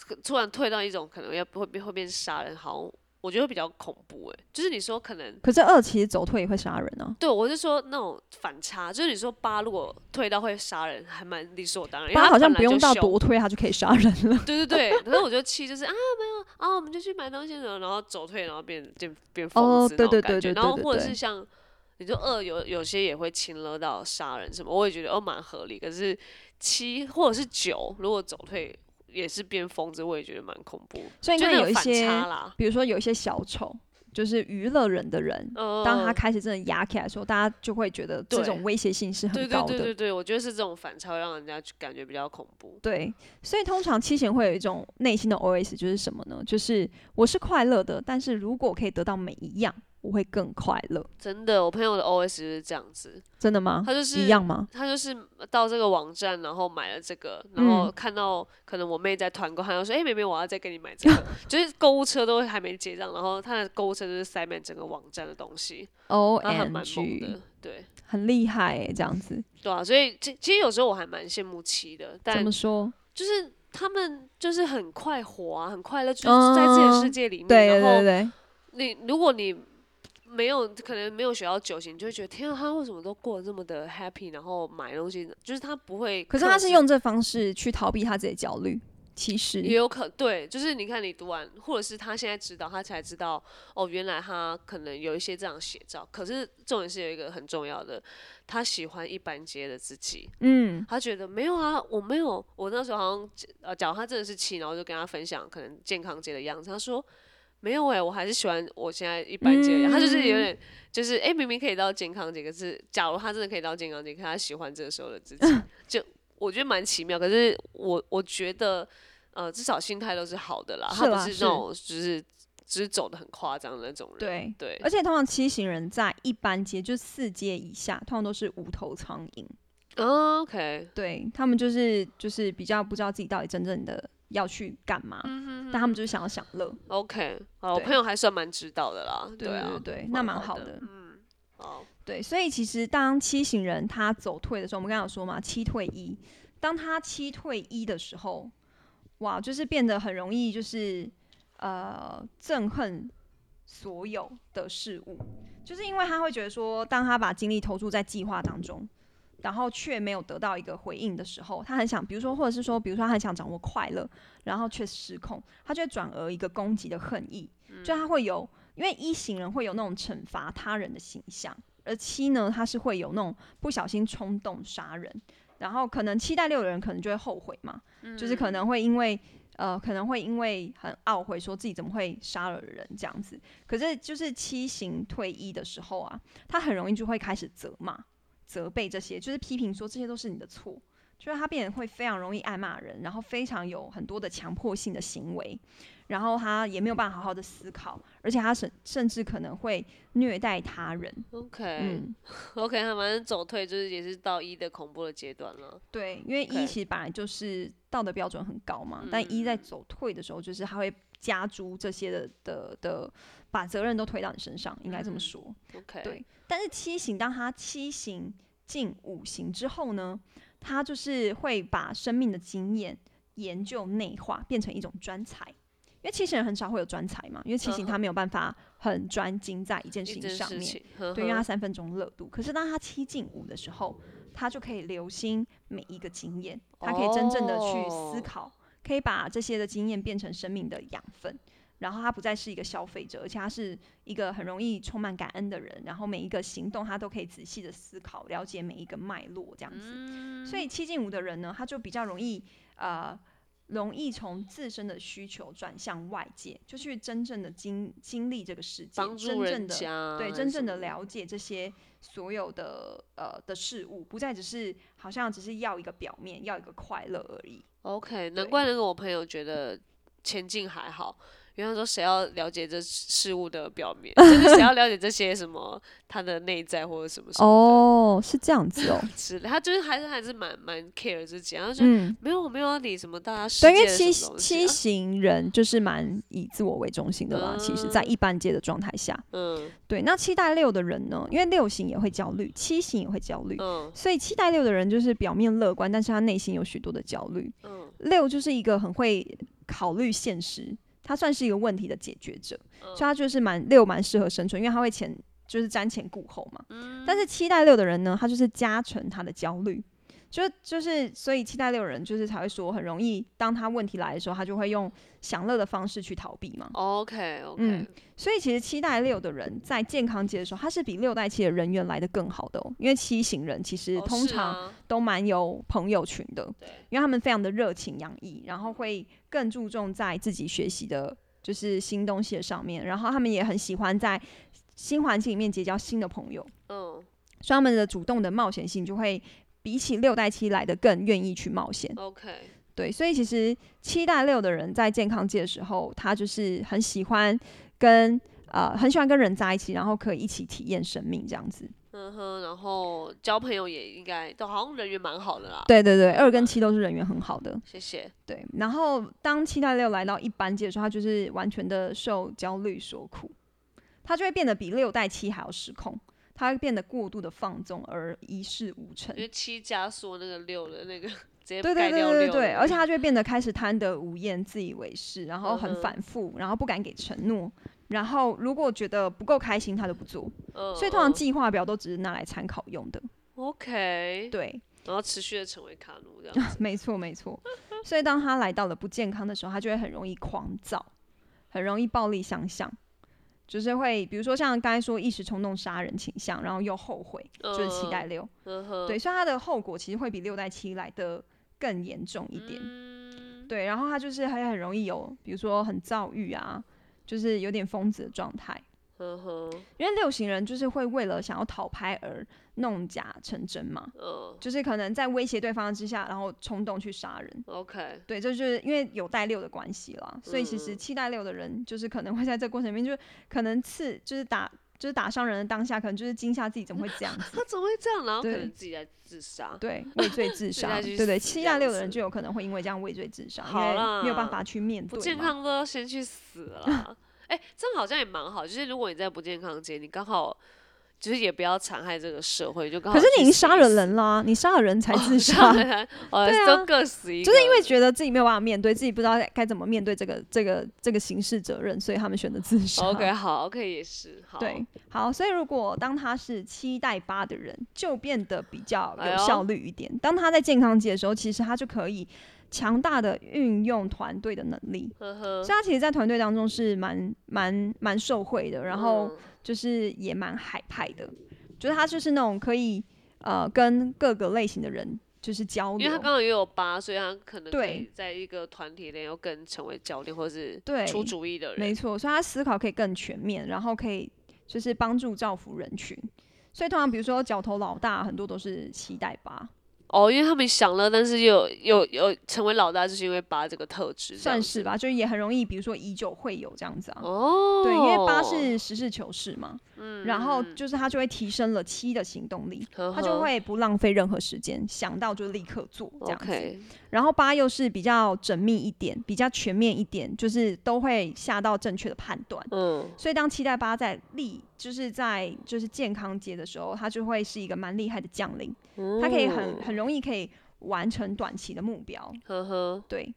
Speaker 2: 可突然退到一种可能要会变会变杀人，好像我觉得会比较恐怖哎、就是你说可能，
Speaker 1: 可是二其实走退也会杀人啊，
Speaker 2: 对我是说那种反差，就是你说八如果退到会杀人，还蛮理所当然。因为
Speaker 1: 八
Speaker 2: 他
Speaker 1: 好像
Speaker 2: 本
Speaker 1: 不
Speaker 2: 来就
Speaker 1: 用到
Speaker 2: 凶
Speaker 1: 多退他就可以杀人
Speaker 2: [LAUGHS]
Speaker 1: 了。
Speaker 2: 对对对，可是我觉得七就是啊没有啊，我们就去买东西了，然后走退，然后变变变疯
Speaker 1: 哦
Speaker 2: 子那
Speaker 1: 对
Speaker 2: 种
Speaker 1: 对
Speaker 2: 感
Speaker 1: 对对
Speaker 2: 觉，然后
Speaker 1: 对对
Speaker 2: 或者
Speaker 1: 对
Speaker 2: 是像。你说二有有些也会亲了到杀人什么，我也觉得哦蛮合理。可是七或者是九，如果走退也是变疯子，我也觉得蛮恐怖。
Speaker 1: 所以应
Speaker 2: 就
Speaker 1: 该
Speaker 2: 那
Speaker 1: 有
Speaker 2: 个
Speaker 1: 一
Speaker 2: 反
Speaker 1: 些，
Speaker 2: 差啦，
Speaker 1: 比如说有一些小丑，就是娱乐人的人。
Speaker 2: 嗯，
Speaker 1: 当他开始真的压起来的时候，大家就会觉得这
Speaker 2: 对
Speaker 1: 种威胁性是
Speaker 2: 嗯对
Speaker 1: 很
Speaker 2: 对
Speaker 1: 高的。
Speaker 2: 对对对，我觉得是这种反差会让人家去感觉比较恐怖。
Speaker 1: 对，所以通常七贤会有一种内心的 OS，就是什么呢？就是我是快乐的，但是如果可以得到每一样，我会更快乐。
Speaker 2: 真的，我朋友的 OS 就是这样子，
Speaker 1: 真的吗？
Speaker 2: 他就是
Speaker 1: 一样吗？
Speaker 2: 他就是到这个网站，然后买了这个，然
Speaker 1: 嗯
Speaker 2: 后看到可能我妹在团购，他就说：“哎、妹妹，我要再跟你买这个。”就是购物车都还没结账，然后他的购物车就是塞满整个网站的东西，
Speaker 1: O
Speaker 2: 他还
Speaker 1: M
Speaker 2: 蛮猛
Speaker 1: G，
Speaker 2: 的，对
Speaker 1: 很厉害哎、这样子
Speaker 2: 对啊，所以其其实有时候我还蛮羡慕七的，
Speaker 1: 怎
Speaker 2: 但
Speaker 1: 么说？
Speaker 2: 就是他们就是很快活啊，很快乐，就是在自己的世界里面，
Speaker 1: 哦对对
Speaker 2: 然后
Speaker 1: 对对，
Speaker 2: 你如果你没有可能没有学到酒型，你就会觉得天啊，他为什么都过得这么的 happy，然后买东西就是他不会克
Speaker 1: 可
Speaker 2: 制，
Speaker 1: 是他是用这方式去逃避他自己的焦虑，其
Speaker 2: 也
Speaker 1: 实
Speaker 2: 有可对，就是你看你读完，或者是他现在知道，他才知道哦，原来他可能有一些这样写照。可是重点是有一个很重要的，他喜欢一般街的自己，
Speaker 1: 嗯
Speaker 2: 他觉得没有啊，我没有，我那时候好像呃，假如他真的是气，然后就跟他分享可能健康街的样子，他说。没有哎、我还是喜欢我现在一般街的样子。他就是有
Speaker 1: 嗯
Speaker 2: 点，就是哎、明明可以到健康街，可是假如他真的可以到健康街，可他喜欢这个时候的自己，
Speaker 1: 嗯
Speaker 2: 就我觉得蛮奇妙。可是我我觉得，呃，至少心态都是好的啦，
Speaker 1: 是
Speaker 2: 他不
Speaker 1: 啦
Speaker 2: 是
Speaker 1: 是
Speaker 2: 那种就是只是走的很夸张的那种人。
Speaker 1: 对。
Speaker 2: 对
Speaker 1: 而且通常七型人在一般阶，就是四阶以下，通常都是无头苍蝇。
Speaker 2: 嗯，OK，
Speaker 1: 对他们就是就是比较不知道自己到底真正的要去干嘛，但他们就是想要享乐，
Speaker 2: OK，好，我
Speaker 1: 对
Speaker 2: 朋友还算蛮知道的啦，
Speaker 1: 对
Speaker 2: 啊，
Speaker 1: 对对，那蛮好
Speaker 2: 好
Speaker 1: 的，
Speaker 2: 嗯，好，
Speaker 1: 对，所以其实当七型人他走退的时候，我们刚刚有说嘛，七退一，当他七退一的时候，哇，就是变得很容易就是呃憎恨所有的事物，就是因为他会觉得说，当他把精力投注在计划当中。然后却没有得到一个回应的时候，他很想，比如说，或者是说，比如说，他很想掌握快乐，然后却失控，他就会转而一个攻击的恨意，就他会有，因为一行人会有那种惩罚他人的形象，而七呢，他是会有那种不小心冲动杀人，然后可能七带六的人可能就会后悔嘛，就是可能会因为呃，可能会因为很懊悔说自己怎么会杀了人这样子。可是就是七行退一的时候啊，他很容易就会开始责骂、责备这些，就是批评说这些都是你的错。就是他变得会非常容易爱骂人，然后非常有很多的强迫性的行为，然后他也没有办法好好的思考，而且他甚甚至可能会虐待他人。
Speaker 2: OK，OK，、
Speaker 1: 嗯，
Speaker 2: 他反正走退就是也是到一的恐怖的阶段了。
Speaker 1: 对，因为一
Speaker 2: OK
Speaker 1: 其实本来就是道德标准很高嘛，但一在
Speaker 2: 嗯
Speaker 1: 走退的时候，就是他会加诸这些的的的，把责任都推到你身上，应该
Speaker 2: 嗯
Speaker 1: 这么说。
Speaker 2: OK，
Speaker 1: 对，但是七型当他七型进五行之后呢，他就是会把生命的经验研究内化，变成一种专才。因为七型人很少会有专才嘛，因为七型
Speaker 2: 嗯
Speaker 1: 他没有办法很专精在一件事
Speaker 2: 一
Speaker 1: 情
Speaker 2: 件
Speaker 1: 上
Speaker 2: 事
Speaker 1: 面，
Speaker 2: 情，呵
Speaker 1: 对，因为他
Speaker 2: 呵
Speaker 1: 三分钟热度。可是当他七进五的时候，他就可以留心每一个经验，他可以真正的去
Speaker 2: 哦
Speaker 1: 思考，可以把这些的经验变成生命的养分。然后他不再是一个消费者，而且他是一个很容易充满感恩的人。然后每一个行动，他都可以仔细的思考，了解每一个脉络，这样子。
Speaker 2: 嗯
Speaker 1: 所以七进五的人呢，他就比较容易呃，容易从自身的需求转向外界，就去真正的经经历这个世界，
Speaker 2: 帮
Speaker 1: 真
Speaker 2: 助人
Speaker 1: 正的
Speaker 2: 家，
Speaker 1: 对真正的了解这些所有的呃的事物，不再只是好像只是要一个表面，要一个快乐而已。
Speaker 2: OK，难
Speaker 1: 对
Speaker 2: 怪那个我朋友觉得前进还好，因为他说谁要了解这事物的表
Speaker 1: [LAUGHS]
Speaker 2: 面，就是谁要了解这些什么他的内在或者什么什么
Speaker 1: 哦，是这样 [LAUGHS] 子哦，
Speaker 2: 的之类，他就是还是还是蛮蛮 care 自己，然后就
Speaker 1: 嗯，
Speaker 2: 没有我没有要理什么大家世
Speaker 1: 对，因
Speaker 2: 界
Speaker 1: 为
Speaker 2: 的
Speaker 1: 七
Speaker 2: 什么东西
Speaker 1: 七
Speaker 2: 啊
Speaker 1: 型人就是蛮以自我为中心的啦。其实，在一般界的状态下，
Speaker 2: 嗯
Speaker 1: 对。那七带六的人呢，因为六型也会焦虑，七型也会焦虑，
Speaker 2: 嗯
Speaker 1: 所以七带六的人就是表面乐观，但是他内心有许多的焦虑。
Speaker 2: 嗯
Speaker 1: 六就是一个很会考虑现实，他算是一个问题的解决者，所以他就是蛮六蛮适合生存，因为他会前就是瞻前顾后嘛。但是七带六的人呢，他就是加成他的焦虑，就就是所以七带六人就是才会说很容易，当他问题来的时候，他就会用享乐的方式去逃避嘛。
Speaker 2: ，OK OK，
Speaker 1: 嗯所以其实七带六的人在健康界的时候，他是比六带七的人缘来的更好的哦，因为七型人其
Speaker 2: 哦
Speaker 1: 实通
Speaker 2: 啊
Speaker 1: 常都蛮有朋友群的，因为他们非常的热情洋溢，然后会更注重在自己学习的，就是新东西的上面，然后他们也很喜欢在新环境里面结交新的朋友，
Speaker 2: 嗯
Speaker 1: 所以他们的主动的冒险性就会比起六代七来的更愿意去冒险。
Speaker 2: OK，
Speaker 1: 对，所以其实七代六的人在健康界的时候，他就是很喜欢跟呃很喜欢跟人在一起，然后可以一起体验生命这样子。
Speaker 2: 嗯哼，然后交朋友也应该都好像人缘蛮好的啦，
Speaker 1: 对对对，二跟七都是人缘很好的。
Speaker 2: 谢谢，
Speaker 1: 对，然后当七代六来到一班级的时候，他就是完全的受焦虑所苦，他就会变得比六代七还要失控，他会变得过度的放纵而一事无成
Speaker 2: 因。为七加速那个六的那个直接
Speaker 1: 对对
Speaker 2: 盖
Speaker 1: 对
Speaker 2: 掉
Speaker 1: 对对
Speaker 2: 六
Speaker 1: 对，
Speaker 2: 了，
Speaker 1: 而且他就会变得开始贪得无厌、自以为是，然后
Speaker 2: 嗯
Speaker 1: 很
Speaker 2: 哼
Speaker 1: 反复，然后不敢给承诺，然后如果觉得不够开心，他就不做。
Speaker 2: 嗯
Speaker 1: 所以通常
Speaker 2: 嗯
Speaker 1: 计划表都只是拿来参考用的。
Speaker 2: OK，
Speaker 1: 对，
Speaker 2: 然后持续的成为卡奴这样子。
Speaker 1: 没错，没错。所以当他来到了不健康的时候，他就会很容易狂躁，很容易暴力相向，就是会比如说像刚才说一时冲动杀人倾向，然后又后悔， [LAUGHS] 就是七代六。
Speaker 2: 嗯哼，
Speaker 1: 对，所以他的后果其实会比六代七来的更严重一点。
Speaker 2: 嗯
Speaker 1: 对，然后他就是还很容易有，比如说很躁郁啊，就是有点疯子的状态。
Speaker 2: 嗯哼，
Speaker 1: 因为六型人就是会为了想要讨拍而弄假成真嘛，
Speaker 2: 嗯
Speaker 1: 就是可能在威胁对方之下，然后冲动去杀人。
Speaker 2: ，OK，
Speaker 1: 对，这就是因为有带六的关系啦，所以其实
Speaker 2: 嗯
Speaker 1: 七带六的人就是可能会在这过程里面，就是可能刺，就是打，就是打伤人的当下，可能就是惊吓自己怎么会这样子，
Speaker 2: 他怎么会这样？然后可
Speaker 1: 对
Speaker 2: 能自己在自杀。
Speaker 1: 对，畏罪
Speaker 2: [LAUGHS]
Speaker 1: 自
Speaker 2: 己
Speaker 1: 杀，
Speaker 2: 再去
Speaker 1: 对对，
Speaker 2: 死
Speaker 1: 七
Speaker 2: 这
Speaker 1: 带
Speaker 2: 样
Speaker 1: 六的
Speaker 2: 子
Speaker 1: 人就有可能会因为这样畏罪自杀，因
Speaker 2: 好啦
Speaker 1: 为没有办法去面
Speaker 2: 不
Speaker 1: 对
Speaker 2: 健
Speaker 1: 嘛，
Speaker 2: 康都要先去死了。
Speaker 1: [LAUGHS]
Speaker 2: 哎、这样好像也蛮好，就是如果你在不健康界，你刚好就是也不要残害这个社会，就刚好
Speaker 1: 可是
Speaker 2: 去
Speaker 1: 你已经
Speaker 2: 死
Speaker 1: 杀
Speaker 2: 一
Speaker 1: 了
Speaker 2: 死
Speaker 1: 人啦，你杀了人才自杀 [LAUGHS]
Speaker 2: [LAUGHS] 杀，了人，哦，
Speaker 1: 对啊
Speaker 2: 都各死一个，
Speaker 1: 就是因为觉得自己没有办法面对，自己不知道该怎么面对这个这个这个刑事责任，所以他们选择自杀。 [LAUGHS]
Speaker 2: OK 好，OK 也是好，
Speaker 1: 对，好，所以如果当他是七代八的人，就变得比较
Speaker 2: 哎呦
Speaker 1: 有效率一点。当他在健康界的时候，其实他就可以强大的运用团队的能力，
Speaker 2: 呵呵
Speaker 1: 所以，他其实，在团队当中是蛮蛮蛮受惠的，然后
Speaker 2: 嗯
Speaker 1: 就是也蛮海派的，就是他就是那种可以呃跟各个类型的人就是交
Speaker 2: 因为他
Speaker 1: 流。
Speaker 2: 刚好也有八，所以他可能可
Speaker 1: 对
Speaker 2: 以在一个团体内又更成为教练或是
Speaker 1: 对
Speaker 2: 出主意的
Speaker 1: 没
Speaker 2: 人。
Speaker 1: 错，所以他思考可以更全面，然后可以就是帮助造福人群。所以通常比如说角头老大，很多都是七代八。
Speaker 2: 哦，因为他们享乐，但是又有有有成为老大，就是因为八这个特质，这样
Speaker 1: 算
Speaker 2: 子
Speaker 1: 是。吧，就是也很容易，比如说以酒会友这样子啊。
Speaker 2: 哦，嗯
Speaker 1: 对，因为八是实事求是嘛，然后就是他就会提升了七的行动力，
Speaker 2: 呵呵，
Speaker 1: 他就会不浪费任何时间，想到就立刻做这样子。
Speaker 2: OK，
Speaker 1: 然后八又是比较缜密一点，比较全面一点，就是都会下到正确的判断。
Speaker 2: 嗯，
Speaker 1: 所以当七代八在力，就是在就是健康节的时候，他就会是一个蛮厉害的将领，
Speaker 2: 哦
Speaker 1: 他可以很很容易可以完成短期的目标。
Speaker 2: 嗯呵呵，
Speaker 1: 对，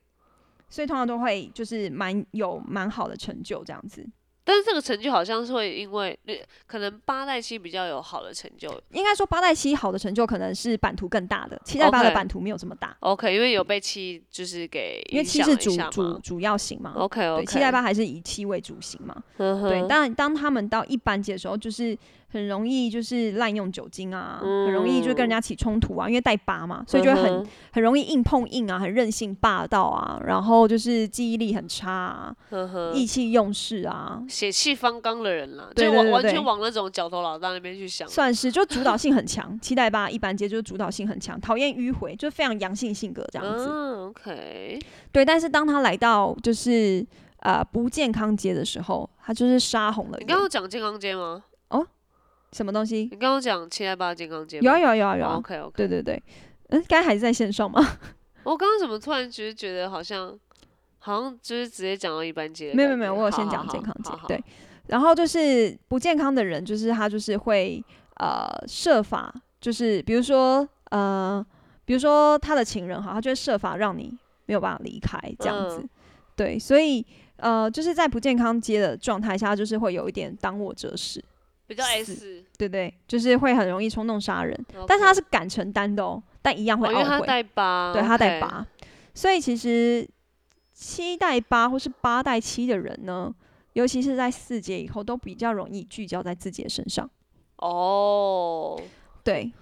Speaker 1: 所以通常都会就是蛮有蛮好的成就这样子。
Speaker 2: 但是这个成就好像是会因为呃可能八代七比较有好的成就
Speaker 1: 应该说八代七好的成就可能是版图更大的，七代八的
Speaker 2: OK
Speaker 1: 版图没有这么大
Speaker 2: ，OK，因为有被七就是给
Speaker 1: 因为
Speaker 2: 影
Speaker 1: 七
Speaker 2: 响
Speaker 1: 是
Speaker 2: 一
Speaker 1: 主
Speaker 2: 下
Speaker 1: 主
Speaker 2: 嘛。
Speaker 1: 主要型嘛。
Speaker 2: OK
Speaker 1: 对，
Speaker 2: OK，
Speaker 1: 七代八还是以七为主型嘛。
Speaker 2: 嗯哼，
Speaker 1: 对，但当他们到一班级的时候，就是很容易就是滥用酒精啊，很容易就跟人家起冲突啊，因为带八嘛，所以就会很、
Speaker 2: 嗯哼
Speaker 1: 很容易硬碰硬啊，很任性霸道啊，然后就是记忆力很差、啊，
Speaker 2: 嗯哼
Speaker 1: 意气用事啊，
Speaker 2: 血气方刚的人啦，
Speaker 1: 对
Speaker 2: 就
Speaker 1: 对
Speaker 2: 完
Speaker 1: 对
Speaker 2: 完
Speaker 1: 对
Speaker 2: 全往那种角头老大那边去想。
Speaker 1: 算是就主导性很强。七代八一般阶就是主导性很强，讨厌迂回，就是非常阳性性格这样子。
Speaker 2: 嗯，OK，
Speaker 1: 对，但是当他来到就是呃不健康阶的时候，他就是杀红了
Speaker 2: 你
Speaker 1: 眼。
Speaker 2: 刚刚讲健康街吗？
Speaker 1: 什么东西？
Speaker 2: 你刚刚讲七代八健康街吗？哦
Speaker 1: 有啊有啊有啊有啊！
Speaker 2: OK OK，
Speaker 1: 对对对，嗯，该还是在线上吗？
Speaker 2: 我刚刚怎么突然觉得觉得好像好像就是直接讲到一般街的感
Speaker 1: 没
Speaker 2: 觉？
Speaker 1: 有没有没有，我有
Speaker 2: 好
Speaker 1: 先
Speaker 2: 好
Speaker 1: 讲
Speaker 2: 好
Speaker 1: 健康
Speaker 2: 好
Speaker 1: 节
Speaker 2: 好，
Speaker 1: 对。然后就是不健康的人，就是他就是会呃设法，就是比如说呃，比如说他的情人哈，他就会设法让你没有办法离开这样子。
Speaker 2: 嗯
Speaker 1: 对，所以呃，就是在不健康街的状态下，就是会有一点当我者死，
Speaker 2: 比较
Speaker 1: 死
Speaker 2: S，
Speaker 1: 对不对？就是会很容易冲动杀人，但是他是敢承担的哦，但一样会
Speaker 2: 哦因为
Speaker 1: 懊
Speaker 2: 他
Speaker 1: 悔。
Speaker 2: 带八，
Speaker 1: 对，他带
Speaker 2: OK
Speaker 1: 八，所以其实七带八或是八带七的人呢，尤其是在四节以后，都比较容易聚焦在自己的身上。
Speaker 2: 哦。
Speaker 1: 对，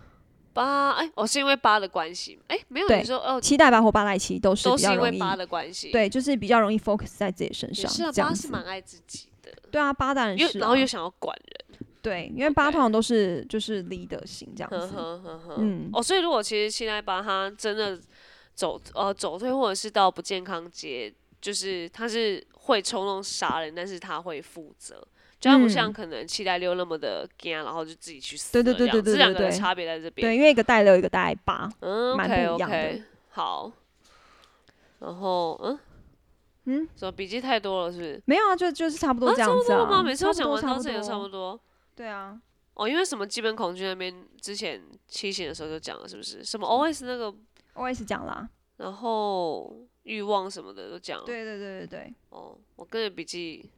Speaker 2: 八哎，我、哦、是因为八的关系吗，哎，没有
Speaker 1: 对
Speaker 2: 你说哦，
Speaker 1: 七带八或八带七都是
Speaker 2: 都
Speaker 1: 比
Speaker 2: 是
Speaker 1: 较
Speaker 2: 因
Speaker 1: 容
Speaker 2: 为
Speaker 1: 易，
Speaker 2: 八的关系，，
Speaker 1: 对，就是比较容易 focus 在自己身
Speaker 2: 也
Speaker 1: 上，
Speaker 2: 是啊，
Speaker 1: 这样
Speaker 2: 八是
Speaker 1: 子。
Speaker 2: 蛮爱自己的，
Speaker 1: 对啊，八当然
Speaker 2: 因为
Speaker 1: 是、啊，
Speaker 2: 然后又想要管人，
Speaker 1: 对，因为八
Speaker 2: OK
Speaker 1: 通常都是就是 leader 型这样
Speaker 2: 呵
Speaker 1: 子。
Speaker 2: 呵呵呵，
Speaker 1: 嗯，
Speaker 2: 哦，所以如果其实七代八他真的走呃走退，或者是到不健康街，就是他是会冲动杀人，但是他会负责，就他不像
Speaker 1: 嗯
Speaker 2: 可能七代六那么的惊，然后就自己去死
Speaker 1: 对
Speaker 2: 了
Speaker 1: 对对
Speaker 2: 这样。
Speaker 1: 对对
Speaker 2: 这两
Speaker 1: 对
Speaker 2: 个的
Speaker 1: 对
Speaker 2: 差别在这边。
Speaker 1: 对，因为一个带六，一个带八。
Speaker 2: 嗯
Speaker 1: 蛮
Speaker 2: ，OK
Speaker 1: 不一样的
Speaker 2: OK，好，然后嗯
Speaker 1: 嗯，
Speaker 2: 什么笔记太多了是不是？
Speaker 1: 没有啊，就就是差不多
Speaker 2: 啊
Speaker 1: 这样子
Speaker 2: 真
Speaker 1: 啊。
Speaker 2: 的吗？每次都
Speaker 1: 差
Speaker 2: 讲
Speaker 1: 不多
Speaker 2: 完到这里就差不
Speaker 1: 多。
Speaker 2: 多。
Speaker 1: 对啊，
Speaker 2: 哦，因为什么基本恐惧那边之前七醒的时候就讲了，是不是？
Speaker 1: 嗯
Speaker 2: 什么 OS 那个
Speaker 1: 我也是讲啦。
Speaker 2: 然后欲望什么的都讲。
Speaker 1: 对对对对对。
Speaker 2: 哦，我跟你笔记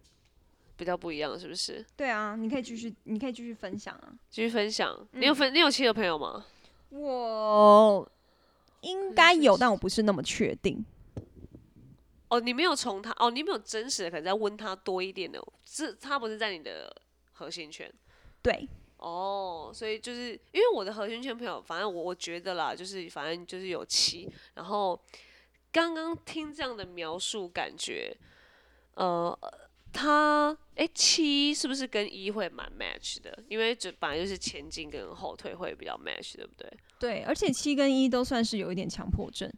Speaker 2: 比较不一样，是不是？
Speaker 1: 对啊，你可以继续，你可以继续分享啊。
Speaker 2: 继续分享。你
Speaker 1: 嗯
Speaker 2: 有分，你有七个朋友吗？
Speaker 1: 我应该有，
Speaker 2: 是
Speaker 1: 但我不是那么确定。
Speaker 2: 哦，你没有从他，哦，你没有真实的，可能在问他多一点的，这他不是在你的核心圈。
Speaker 1: 对，
Speaker 2: 哦，所以就是因为我的核心圈朋友，反正我我觉得啦，就是反正就是有七，然后刚刚听这样的描述，感觉呃，他诶七是不是跟一会蛮 match 的？因为就本来就是前进跟后退会比较 match，对不对？
Speaker 1: 对，而且七跟一都算是有一点强迫症。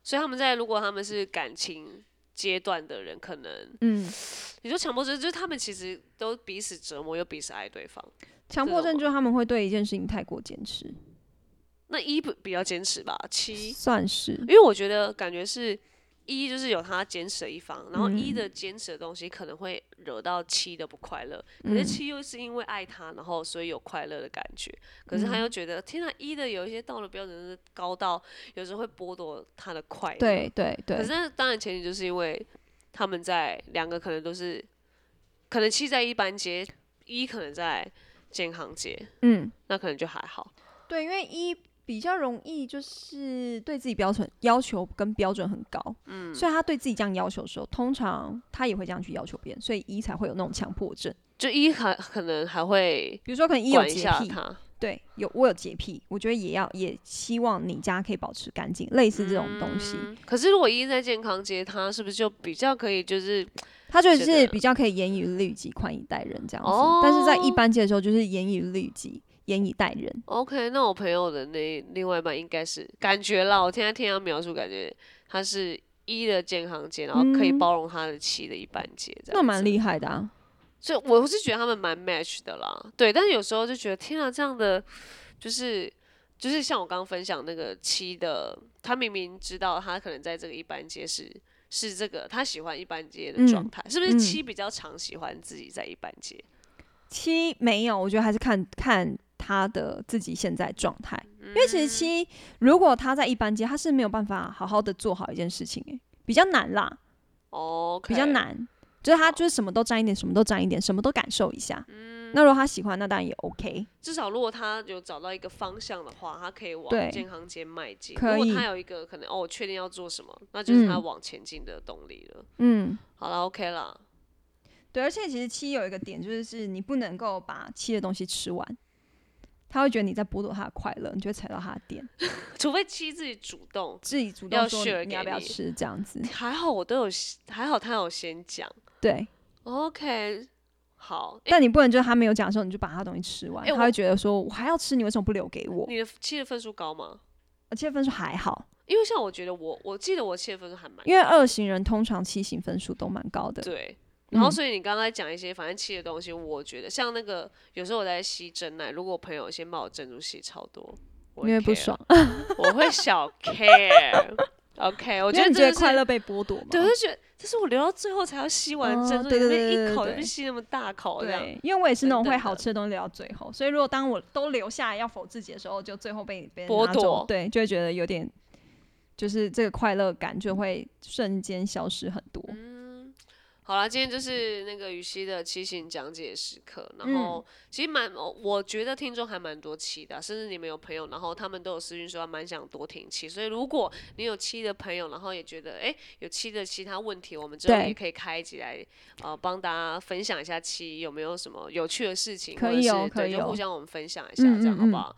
Speaker 2: 所以他们在如果他们是感情阶段的人，可能
Speaker 1: 嗯，
Speaker 2: 你说强迫症，就是他们其实都彼此折磨又彼此爱对方。
Speaker 1: 强迫
Speaker 2: 这
Speaker 1: 症
Speaker 2: 种
Speaker 1: 就是他们会对一件事情太过坚持，
Speaker 2: 那一不比较坚持吧，七
Speaker 1: 算是
Speaker 2: 因为我觉得感觉是一就是有他坚持的一方，然后一
Speaker 1: 嗯
Speaker 2: 的坚持的东西可能会惹到七的不快乐，可是
Speaker 1: 嗯
Speaker 2: 七又是因为爱他，然后所以有快乐的感觉，可是他
Speaker 1: 嗯
Speaker 2: 又觉得、天呐，一的有一些道德标准真是高到有时候会剥夺他的快乐，
Speaker 1: 对对对
Speaker 2: 可是那当然前提就是因为他们在两个可能都是，可能七在一般街，一可能在健康街，
Speaker 1: 嗯
Speaker 2: 那可能就还好。
Speaker 1: 对，因为一比较容易就是对自己标准要求跟标准很高，嗯，所以他对自己这样要求的时候，通常他也会这样去要求别人，所以一才会有那种强迫症。
Speaker 2: 就一还可能还会
Speaker 1: 比如说，可能一有
Speaker 2: 管一
Speaker 1: 洁
Speaker 2: 下
Speaker 1: 癖，
Speaker 2: 他，
Speaker 1: 对，有我有洁癖，我觉得也要，也希望你家可以保持干净，类似这种东西，
Speaker 2: 嗯可是如果一在健康街，他是不是就比较可以就是
Speaker 1: 他就是是
Speaker 2: 的
Speaker 1: 比较可以严以律己，宽以待人这样子。
Speaker 2: 哦
Speaker 1: 但是在一般界的时候，就是严以律己，严以待人。
Speaker 2: OK？那我朋友的那另外一半应该是感觉啦，我听他听他描述，感觉他是一的健康街，然后可以
Speaker 1: 嗯
Speaker 2: 包容他的七的一半街，这样
Speaker 1: 那蛮
Speaker 2: 子
Speaker 1: 厉害的啊！
Speaker 2: 所以我是觉得他们蛮 match 的啦，对。但是有时候就觉得，天啊，这样的就是就是像我刚刚分享那个七的，他明明知道他可能在这个一般街是是这个他喜欢一般街的状
Speaker 1: 嗯
Speaker 2: 态，是不是
Speaker 1: 嗯
Speaker 2: 七比较常喜欢自己在一般街？
Speaker 1: 七没有，我觉得还是看看他的自己现在状态，
Speaker 2: 嗯
Speaker 1: 因为其实七如果他在一般界，他是没有办法好好的做好一件事情、欸，比较难啦，
Speaker 2: 哦，
Speaker 1: 比较。难。就是他就是什么都沾一点，什么都沾一点，什么都感受一下。
Speaker 2: 嗯
Speaker 1: 那如果他喜欢，那当然也 OK。
Speaker 2: 至少如果他有找到一个方向的话，他可以
Speaker 1: 对
Speaker 2: 往健康间迈进。
Speaker 1: 可
Speaker 2: 如
Speaker 1: 以
Speaker 2: 果他有一个可能哦，我确定要做什么，那就是他
Speaker 1: 嗯
Speaker 2: 往前进的动力了。
Speaker 1: 嗯，
Speaker 2: 好了，OK 啦，
Speaker 1: 对，而且其实七有一个点，就是是你不能够把七的东西吃完，他会觉得你在剥夺他的快乐，你就会踩到他的点，
Speaker 2: 除非妻自己主动。
Speaker 1: 自己主
Speaker 2: 要
Speaker 1: 动说你
Speaker 2: share
Speaker 1: 你要不
Speaker 2: 给
Speaker 1: 要
Speaker 2: 你
Speaker 1: 吃这样子。
Speaker 2: 还好我都有，还好他有先讲。
Speaker 1: 对，
Speaker 2: OK，好。诶
Speaker 1: 但你不能就是他没有讲的时候，你就把他的东西吃完，
Speaker 2: 哎
Speaker 1: 他
Speaker 2: 我
Speaker 1: 会觉得说我还要吃，你为什么不留给我？
Speaker 2: 你的妻的分数高吗？
Speaker 1: 而且分数还好，
Speaker 2: 因为像我觉得我，我记得我妻的分数还蛮
Speaker 1: 因为二型人通常七型分数都蛮高的。
Speaker 2: 对。然后，
Speaker 1: 嗯
Speaker 2: 所以你刚才讲一些反正气的东西，我觉得像那个有时候我在吸真奶，如果我朋友先把我珍珠吸超多，我会
Speaker 1: 因为不
Speaker 2: care
Speaker 1: 爽，
Speaker 2: 我会小
Speaker 1: [LAUGHS]
Speaker 2: care。OK，我
Speaker 1: 我
Speaker 2: 觉得
Speaker 1: 你
Speaker 2: 这
Speaker 1: 觉得
Speaker 2: 就是
Speaker 1: 快，乐被剥夺嘛。
Speaker 2: 对，我就觉得这是我留到最后才要吸完
Speaker 1: 哦
Speaker 2: 珍珠，
Speaker 1: 对
Speaker 2: 你
Speaker 1: 对
Speaker 2: 那
Speaker 1: 对对
Speaker 2: 一口
Speaker 1: 对
Speaker 2: 就吸那么大口这样。
Speaker 1: 对，因为我也是那种
Speaker 2: 等
Speaker 1: 会
Speaker 2: 等
Speaker 1: 好
Speaker 2: 的
Speaker 1: 吃的东西留到最后，所以如果当我都留下来要否自己的时候，就最后被被人
Speaker 2: 剥
Speaker 1: 拿走
Speaker 2: 夺
Speaker 1: 对，就会觉得有点，就是这个快乐感就会瞬间消失很多。
Speaker 2: 嗯好啦，今天就是那个雨熙的骑行讲解时刻，
Speaker 1: 嗯
Speaker 2: 然后、其实蛮，我我觉得听众还蛮多期的啊，甚至你们有朋友，然后他们都有私讯说蛮想多听期，所以如果你有期的朋友，然后也觉得哎、诶有期的其他问题，我们之后
Speaker 1: 对
Speaker 2: 也可以开一集来呃帮大家分享一下期有没有什么有趣的事情，
Speaker 1: 可
Speaker 2: 或者
Speaker 1: 以
Speaker 2: 是
Speaker 1: 哦可
Speaker 2: 对，
Speaker 1: 以
Speaker 2: 就
Speaker 1: 哦
Speaker 2: 互相我们分享一下，
Speaker 1: 嗯
Speaker 2: 这样
Speaker 1: 嗯
Speaker 2: 好
Speaker 1: 嗯
Speaker 2: 不好？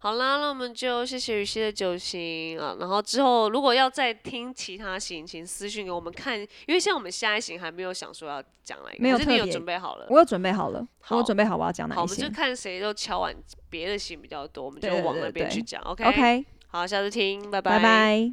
Speaker 2: 好啦，那我们就谢谢雨熙的酒型啊。然后之后如果要再听其他型，请私讯给我们看，因为像我们下一型还没有想说要讲哪一个，
Speaker 1: 没有
Speaker 2: 还是你
Speaker 1: 特
Speaker 2: 有
Speaker 1: 别
Speaker 2: 准备好了。
Speaker 1: 我有准备好了，我有
Speaker 2: 好
Speaker 1: 准备好我要讲
Speaker 2: 好，
Speaker 1: 哪
Speaker 2: 我
Speaker 1: 一
Speaker 2: 们就
Speaker 1: 些。
Speaker 2: 看谁都敲完别的型比较多，我们就
Speaker 1: 对对
Speaker 2: 往
Speaker 1: 对
Speaker 2: 那边
Speaker 1: 对
Speaker 2: 去讲。OK，
Speaker 1: OK，
Speaker 2: 好，下次听，拜
Speaker 1: 拜拜。